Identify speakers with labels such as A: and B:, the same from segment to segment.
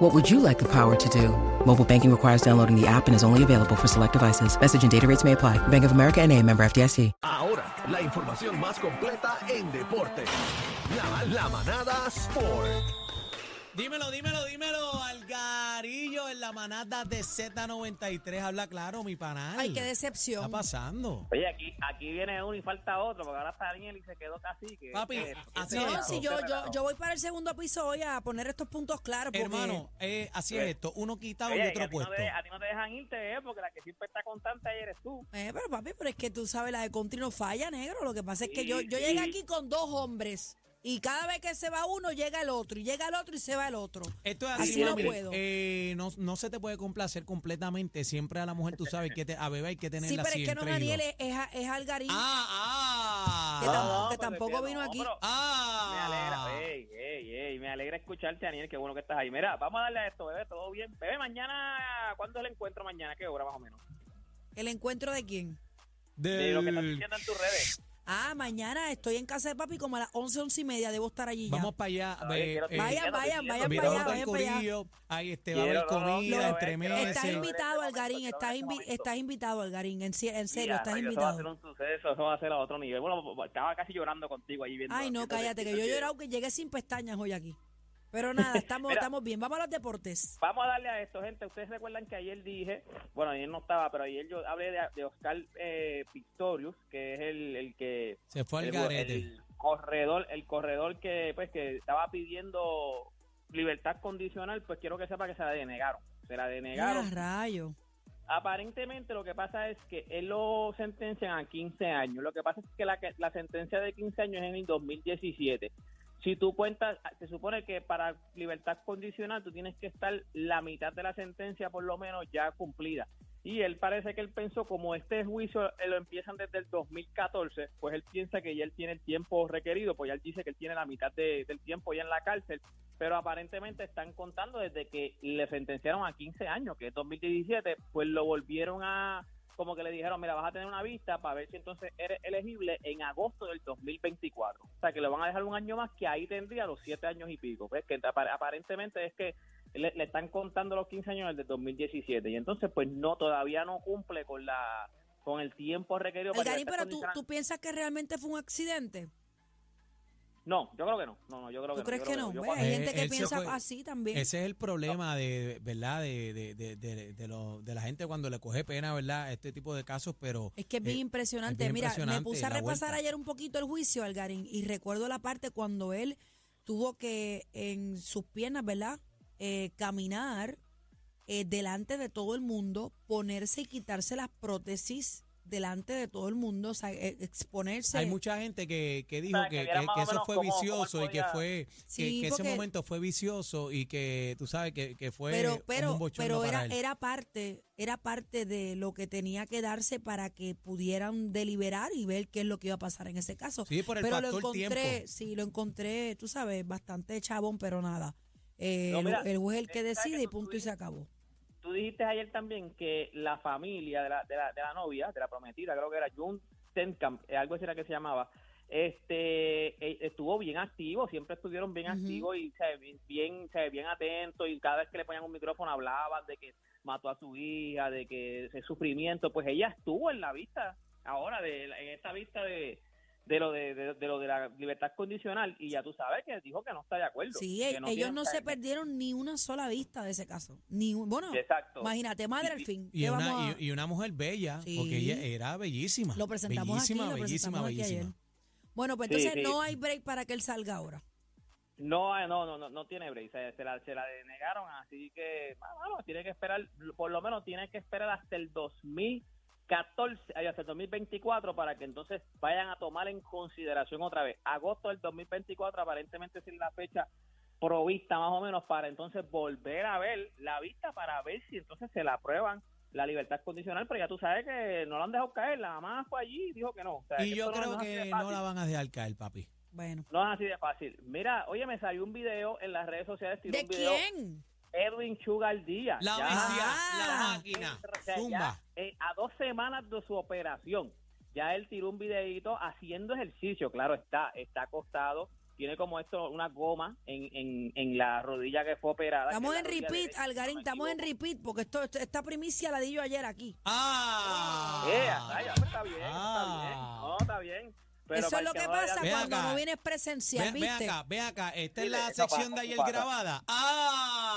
A: What would you like the power to do? Mobile banking requires downloading the app and is only available for select devices. Message and data rates may apply. Bank of America and a member FDIC.
B: Ahora, la información más completa en deporte. La, la manada Sport.
C: Dímelo, dímelo, dímelo, Algarillo en la manada de Z93. Habla claro, mi panal.
D: Ay, qué
C: ¿Qué está
D: decepción.
C: pasando?
E: Oye, aquí, aquí viene uno y falta otro, porque ahora está Daniel y se quedó casi que.
C: Papi,
E: que-
C: así
E: que-
C: es
D: No,
C: esto.
D: si yo, yo, yo voy para el segundo piso hoy a poner estos puntos claros. Porque
C: Hermano, eh, así es esto. Uno quitado
E: Oye,
C: y
E: a
C: otro
E: ti no
C: puesto.
E: te- a ti no te dejan irte, eh, porque la que siempre está constante ahí eres tú.
D: Eh, pero papi, pero es que tú sabes, la de Conti no falla, negro. Lo que pasa es que yo,
E: Sí,
D: yo
E: sí.
D: llegué aquí con dos hombres. Y cada vez que se va uno, llega el otro. Y llega el otro y se va el otro.
C: Esto es
D: Así
C: así,
D: no
C: mami.
D: puedo.
C: Eh, no, no se te puede complacer completamente. Siempre a la mujer, tú sabes, que te, a bebé hay que tenerla
D: Sí, pero es que no,
C: siempre
D: Daniel,
C: igual.
D: es, es, a- es Algarín.
C: Ah,
D: Que
C: ah,
D: tampoco-
E: pero
D: tampoco
E: es
D: vino aquí.
E: pero Me
C: ah.
E: alegra, eh. ey, ey, ey, me alegra escucharte, Daniel, qué bueno que estás ahí. Mira, vamos a darle a esto, bebé, todo bien. Bebé, mañana, ¿cuándo es el encuentro mañana? ¿Qué hora más o menos?
D: ¿El encuentro de quién?
E: De lo que estás
C: Del-
E: diciendo en tus redes.
D: Ah, mañana estoy en casa de papi como a las 11, 11 y media. Debo estar allí ya.
C: Vamos para allá.
E: Oye,
C: ve-
E: quiero-
C: eh,
D: Vayan,
E: Mira,
D: vayan,
E: mira,
D: vayan
E: mira,
D: para allá,
C: mirando al
D: vayan para allá.
C: corillo. Ahí este, va a haber
E: Quiero- no, no,
C: comida,
E: quiero
C: entre
E: ver, quiero ver.
C: meses.
D: Estás
E: ese-
D: invitado, Algarín.
E: Ese
D: Estás,
E: momento.
D: invi- estás invitado, Algarín. En, se- en serio,
E: Mira,
D: estás
E: oye, Eso va a ser
D: invitado.
E: un suceso, eso va a ser a otro nivel. Bueno, estaba casi llorando contigo ahí viendo.
D: Ay, no,
E: viéndote-
D: cállate, que yo he llorado que llegué sin pestañas hoy aquí. Pero nada, estamos,
E: Mira.
D: estamos bien. Vamos a los deportes.
E: Vamos a darle a esto, gente. Ustedes recuerdan que ayer dije, bueno, ayer no estaba, pero ayer yo hablé de, de Oscar eh, Pistorius, que es el, el que...
C: Se fue al
E: el,
C: garete.
E: el corredor, el corredor que pues que estaba pidiendo libertad condicional, pues quiero que sepa que se la denegaron. Se la
D: Mira,
E: denegaron.
D: rayo.
E: Aparentemente lo que pasa es que él lo sentencian a 15 años. Lo que pasa es que la, que- la sentencia de 15 años es en el 2017. Si tú cuentas, se supone que para libertad condicional tú tienes que estar la mitad de la sentencia por lo menos ya cumplida. Y él parece que él pensó, como este juicio eh, lo empiezan desde el 2014, pues él piensa que ya él tiene el tiempo requerido, pues ya él dice que él tiene la mitad de- del tiempo ya en la cárcel, pero aparentemente están contando desde que le sentenciaron a 15 años, que es 2017, pues lo volvieron a, como que le dijeron, mira, vas a tener una vista para ver si entonces eres elegible en agosto del 2024. O sea, que lo van a dejar un año más, que ahí tendría los siete años y pico. Pues que apar- aparentemente es que le, le están contando los 15 años desde 2017 y entonces pues no, todavía no cumple con la con el tiempo requerido para
D: Algarín,
E: libertad
D: pero tú,
E: condicional.
D: tú piensas que realmente fue un accidente.
E: No, yo creo que no. No, no, yo creo
D: ¿Tú
E: que
D: crees
E: yo
D: que
E: creo
D: no?
E: Yo
D: Ve,
E: cuando-
D: hay
C: Eh,
D: gente que
C: él se
D: piensa
C: fue-
D: así también.
C: Ese es el
E: Ah.
C: problema de, ¿verdad? De, de, de, de, de lo- de la gente cuando le coge pena, ¿verdad? Este tipo de casos, pero...
D: Es que es bien
C: eh,
D: impresionante.
C: bien
D: Mira,
C: impresionante
D: me puse a
C: la
D: repasar
C: vuelta.
D: ayer un poquito el juicio, Algarín, y recuerdo la parte cuando él tuvo que en sus piernas, ¿verdad? Eh, caminar eh, delante de todo el mundo, ponerse y quitarse las prótesis delante de todo el mundo, o sea, eh, exponerse.
C: Hay mucha gente que, que dijo
E: sea, que
C: que,
E: vieran
C: que-
E: más
C: que
E: o
C: eso
E: menos
C: fue
E: cómo- cómo él
C: vicioso y que
E: podía-
C: fue
D: Sí,
C: que, que ese
D: porque-
C: momento fue vicioso y que tú sabes que, que fue
D: pero
C: como un
D: pero
C: bochorno
D: pero
C: para
D: era
C: él.
D: era parte era parte de lo que tenía que darse para que pudieran deliberar y ver qué es lo que iba a pasar en ese caso
C: Sí, por el
D: pero lo
C: factor
D: encontré
C: tiempo.
D: sí lo encontré tú sabes bastante chabón pero nada Eh,
E: No,
D: el-
E: mira,
D: el juez es el que
E: eh, ¿sabes
D: decide
E: que
D: y
E: tú
D: punto y se acabó
E: Tú dijiste ayer también que la familia de la, de la, de la novia, de la prometida, creo que era June Tenkamp, eh, algo así era que se llamaba, este eh, estuvo bien activo, siempre estuvieron bien
D: Ujú.
E: activos y se bien, bien, se bien atentos y cada vez que le ponían un micrófono hablaban de que mató a su hija, de que ese sufrimiento, pues ella estuvo en la vista ahora, de, en esta vista de, de lo de, de- de lo de la libertad condicional y ya tú sabes que dijo que no está de acuerdo.
D: sí
E: que
D: eh, ellos
E: quieren
D: no
E: estar
D: se
E: en esto.
D: perdieron ni una sola vista de ese caso ni un- bueno
E: Exacto.
D: imagínate madre
E: Y-
D: al fin
C: Y
D: ¿qué
C: una,
D: vamos a-
C: y, y una mujer bella,
D: Sí.
C: porque ella era bellísima.
D: lo presentamos
C: bellísima,
D: aquí lo
C: bellísima,
D: presentamos aquí
C: bellísima.
D: ayer bueno pues
E: Sí,
D: entonces
E: sí.
D: no hay break para que él salga ahora
E: No, eh, no, no, no, no tiene break, se, se la, se la denegaron, así que, ah, bueno, tiene que esperar, por lo menos tiene que esperar hasta el 2014, ay, hasta el 2024 para que entonces vayan a tomar en consideración otra vez. Agosto del 2024 aparentemente es la fecha provista más o menos para entonces volver a ver la vista para ver si entonces se la aprueban la libertad condicional, pero ya tú sabes que no la han dejado caer, la mamá fue allí y dijo que no. O sea,
C: Y
E: que
C: yo
E: esto no-
C: creo
E: no es así de
C: que no
E: fácil.
C: la van a dejar caer, papi.
D: Bueno.
E: No es así de fácil. Mira, oye, me salió un video en las redes sociales. tiró
D: ¿De
E: un video
D: quién?
E: Edwin Sugar Díaz.
C: La
E: Ya-
C: bestia,
D: Ah.
C: la máquina.
E: O sea, ya,
C: Zumba.
E: eh, a dos semanas de su operación, ya él tiró un videito haciendo ejercicio. Claro, está, está acostado. Tiene como esto una goma en, en, en la rodilla que fue operada.
D: Estamos
E: que
D: en
E: es la rodilla
D: repeat,
E: derecha,
D: Algarín,
E: si no me
D: estamos en
E: equivoco.
D: repeat, porque esto, esto- esta primicia la di yo ayer aquí.
C: ¡Ah!
E: Eh, raya, pues está bien, está bien.
C: Ah.
E: No, está bien. Pero
D: Eso
E: para
D: es lo
E: el
D: que
E: no haya-
D: pasa
C: Ve
D: cuando
C: acá.
D: no vienes presencial,
C: Ve, ve
D: ¿viste?
C: acá, ve acá. Esta es
E: Dile,
C: la
E: no
C: sección de
E: pasa,
C: ayer
E: no pasa.
C: grabada. ¡Ah!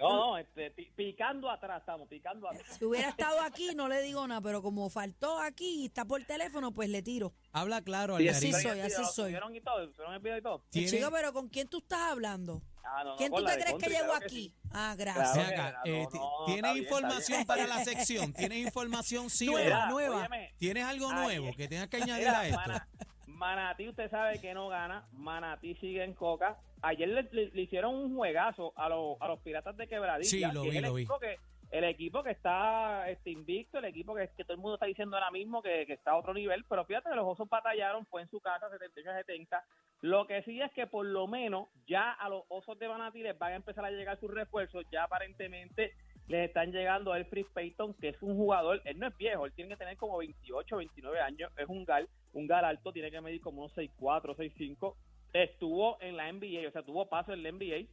E: No, no, este, pi- picando atrás estamos, picando atrás.
D: Si hubiera estado aquí, no le digo nada, pero como faltó aquí y está por teléfono, pues le tiro.
C: Habla claro,
E: Sí,
D: así
C: Algarín.
D: soy,
E: Lo
D: así soy.
E: subieron y todo, subieron el video y todo.
C: Tiene-
D: Chico, pero ¿con quién tú estás hablando?
E: Ah, no, no,
D: ¿Quién
E: con
D: tú
E: la
D: te
E: de
D: crees
E: country,
D: que llegó
E: claro que
D: aquí?
E: sí.
D: Ah,
C: Ve
D: gracias.
E: Claro.
C: acá,
E: No,
C: eh, ti-
E: no, está
C: ¿Tienes
E: bien, está
C: información
E: bien.
C: para la sección? ¿Tienes información sí o no?
D: Nueva,
E: Mira,
D: nueva.
E: óyeme,
C: ¿Tienes algo
E: Ay,
C: nuevo
E: eh,
C: que tengas que añadir
E: Mira,
C: a esto?
E: Mana- Manatí, usted sabe que no gana. Manatí sigue en coca. Ayer le, le- le hicieron un juegazo a, los a los Piratas de Quebradilla.
C: Sí, lo
E: que es
C: vi,
E: el
C: lo vi.
E: equipo Que, el equipo que está este, invicto, el equipo que, que todo el mundo está diciendo ahora mismo que, que está a otro nivel. Pero fíjate, los osos batallaron, fue en su casa 78-70. Lo que sí es que por lo menos ya a los osos de Manatí les van a empezar a llegar sus refuerzos. Ya aparentemente les están llegando a Elfrid Payton, que es un jugador, él no es viejo, él tiene que tener como 28, 29 años, es un gal, un gal alto, tiene que medir como unos 6'4, 6'5, estuvo en la NBA, o sea, tuvo paso en la NBA,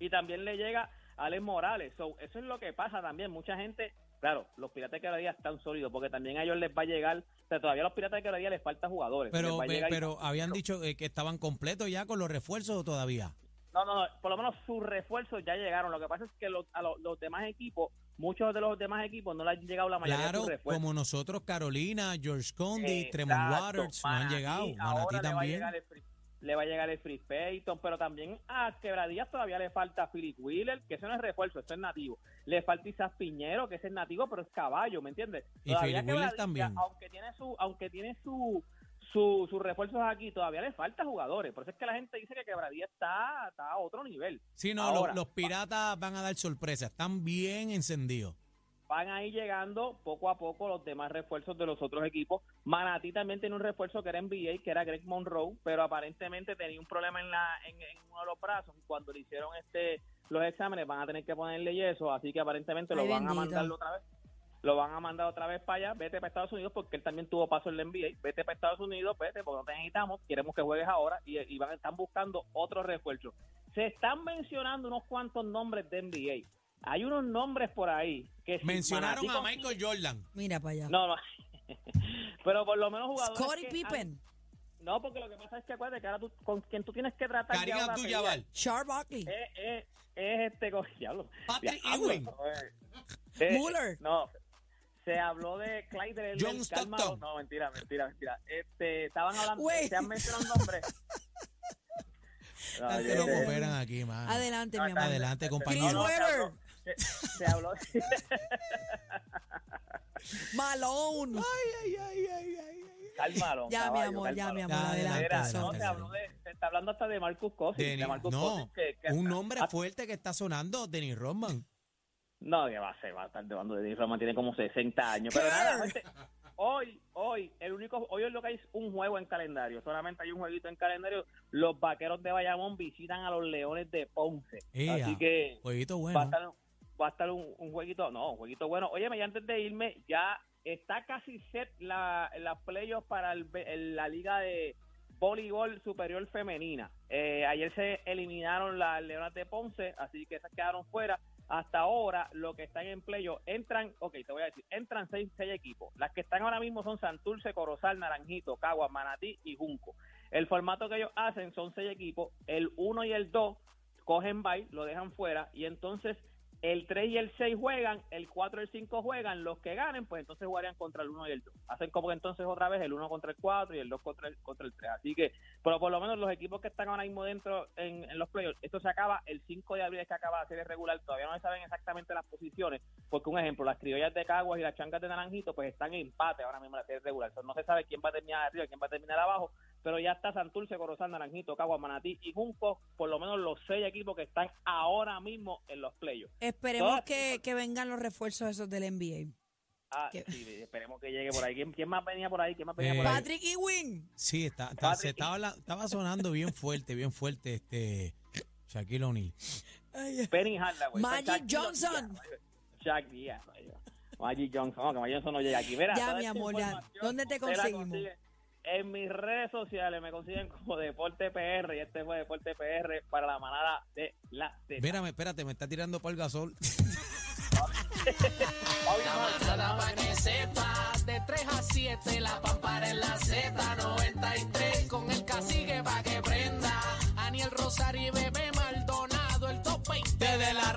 E: y también le llega a Alex Morales, So, eso es lo que pasa también, mucha gente, claro, los Piratas de Carolina están sólidos, porque también a ellos les va a llegar, o sea, todavía a los Piratas de Carolina les falta jugadores. les
C: Pero,
E: va a
C: ve-
E: llegar-
C: pero habían dicho eh, que estaban completos ya con los refuerzos o todavía.
E: No, no, no, por lo menos sus refuerzos ya llegaron, lo que pasa es que los, a los, los demás equipos, muchos de los demás equipos no le han llegado la mayoría de
C: Claro,
E: sus refuerzos.
C: como nosotros, Carolina, George Condi,
E: Exacto,
C: Tremont Waters, no han
E: Manatí,
C: llegado.
E: ahora
C: Manatí
E: le va a
C: también.
E: llegar el free- Le va a llegar el Free Payton, pero también a Quebradillas todavía le falta Philip Wheeler, que eso no es refuerzo, eso es nativo. Le falta Isaac Piñero, que ese es nativo, pero es caballo, ¿me entiendes?
C: Y Philip Wheeler
E: Quebradillas,
C: también.
E: Aunque tiene su, aunque tiene su, su- sus refuerzos aquí, todavía le falta jugadores. Por eso es que la gente dice que Quebradillas está, está a otro nivel.
C: Sí, no,
E: Ahora,
C: los, los piratas van a dar sorpresa. Están bien encendidos.
E: van a ir llegando poco a poco los demás refuerzos de los otros equipos. Manatí también tiene un refuerzo que era NBA, que era Greg Monroe, pero aparentemente tenía un problema en, la, en, en uno de los brazos. Cuando le hicieron este los exámenes van a tener que ponerle yeso, así que aparentemente lo
D: Ay,
E: van a
D: bendito.
E: mandarlo otra vez. Lo van a mandar otra vez para allá, vete para Estados Unidos porque él también tuvo paso en la NBA, vete para Estados Unidos, vete porque no te necesitamos, queremos que juegues ahora y, y van, están buscando otro refuerzo. Se están mencionando unos cuantos nombres de NBA. Hay unos nombres por ahí que si
C: Mencionaron
E: Manatí
C: a
E: consigue-
C: Michael Jordan.
D: Mira para allá.
E: No, no. Pero por lo menos jugadores.
D: Scottie
E: que
D: Pippen,
E: han- no, porque lo que pasa es que acuérdate que ahora tú, con quien tú tienes que tratar.
C: Karim
E: ya ahora
C: Abdul-Jabbar.
D: Charles Barkley,
E: pelear, Es, es- es este. co- Diablo.
C: Patrick
E: Diablo,
C: Ewing.
E: no, eh. Eh,
D: Mueller.
E: No. Se habló de Clyde Drexler,
C: John
E: Karl Malone.
C: Stockton.
E: No, mentira, mentira, mentira. Este, estaban hablando.
D: Güey.
E: Se han mencionado nombres. No,
C: Tanto
E: yo-
C: no
E: yo-
C: cooperan aquí, man.
D: adelante,
E: no,
D: mi
E: está-
D: amor.
C: Adelante, compañero.
D: Chris
E: No, no, se
D: Webber,
E: habló- se- se habló.
D: Malone.
E: Cálmalo.
D: Ya, mi
E: caballo,
D: amor, ya,
E: cálmalo.
D: mi amor,
C: Ya,
D: adelante.
E: Mira,
C: Adelante,
E: no,
C: adelante,
E: se, habló de- se está hablando hasta de Marcus Cosi.
C: Denny-
E: de Marcus
C: no,
E: Cousins, que- que-
C: un nombre
E: ah,
C: fuerte que está sonando, Denis Rodman.
E: No, que va a ser, va a estar hablando de Dennis Rodman, tiene como 60 años. Pero
D: ¿Qué?
E: nada, gente, hoy, hoy, el único, hoy es lo que hay es un juego en calendario. Solamente hay un jueguito en calendario. Los vaqueros de Bayamón visitan a los leones de Ponce.
C: Ea,
E: Así que
C: Jueguito
E: va a
C: bueno.
E: estar, va a estar un, un jueguito, no, un jueguito bueno. Oye, y antes de irme, ya está casi set la, la playoff para el ve- el- la liga de voleibol superior femenina. Eh, ayer se eliminaron las Leonas de Ponce, así que esas quedaron fuera. Hasta ahora, lo que están en playoff, entran, ok, te voy a decir, entran seis, seis equipos. Las que están ahora mismo son Santurce, Corozal, Naranjito, Caguas, Manatí y Junco. El formato que ellos hacen son seis equipos, el 1 y el 2 cogen bye, lo dejan fuera y entonces el 3 y el 6 juegan, el 4 y el 5 juegan, los que ganen, pues entonces jugarían contra el 1 y el 2. Hacen como que entonces otra vez el 1 contra el 4 y el 2 contra el, contra el 3. Así que, pero por lo menos los equipos que están ahora mismo dentro en, en los playoffs, esto se acaba el 5 de abril, es que acaba la serie regular, todavía no se saben exactamente las posiciones, porque un ejemplo, las criollas de Caguas y las chancas de Naranjito, pues están en empate ahora mismo en la serie regular, Entonces, no se sabe quién va a terminar arriba, quién va a terminar abajo, pero ya está Santurce, Corozal, Naranjito, Cagua, Manatí y Junco, por lo menos los seis equipos que están ahora mismo en los playoffs.
D: Esperemos
E: Todas-
D: que, que vengan los refuerzos esos del NBA.
E: Ah,
D: ¿Qué?
E: sí, esperemos que llegue por ahí. ¿Quién, quién más venía por ahí? ¿Quién más venía
C: Eh,
E: por ahí?
D: Patrick Ewing.
C: Sí, está, está- se estaba, habla- estaba sonando bien fuerte, bien fuerte este Shaquille O'Neal.
D: Ay,
E: Penny Hardaway.
D: Eh, Magic
E: Shaq Díaz,
D: Johnson.
E: Shaq Díaz. rayo. Magic Johnson. No, que Magic Johnson no llega aquí. Mira,
D: Ya,
E: toda
D: mi
E: esta
D: amor, ya.
E: información
D: ¿Dónde te
E: usted la
D: conseguimos?
E: consigue En mis redes sociales me consiguen como Deporte PR y este fue Deporte PR para la manada de la Z.
C: Espérame, espérate, me está tirando por el gasol.
F: La manada pa' que sepas, de 3 a 7, la pampara en la Z93, con el cacique pa' que prenda, Aniel Rosario y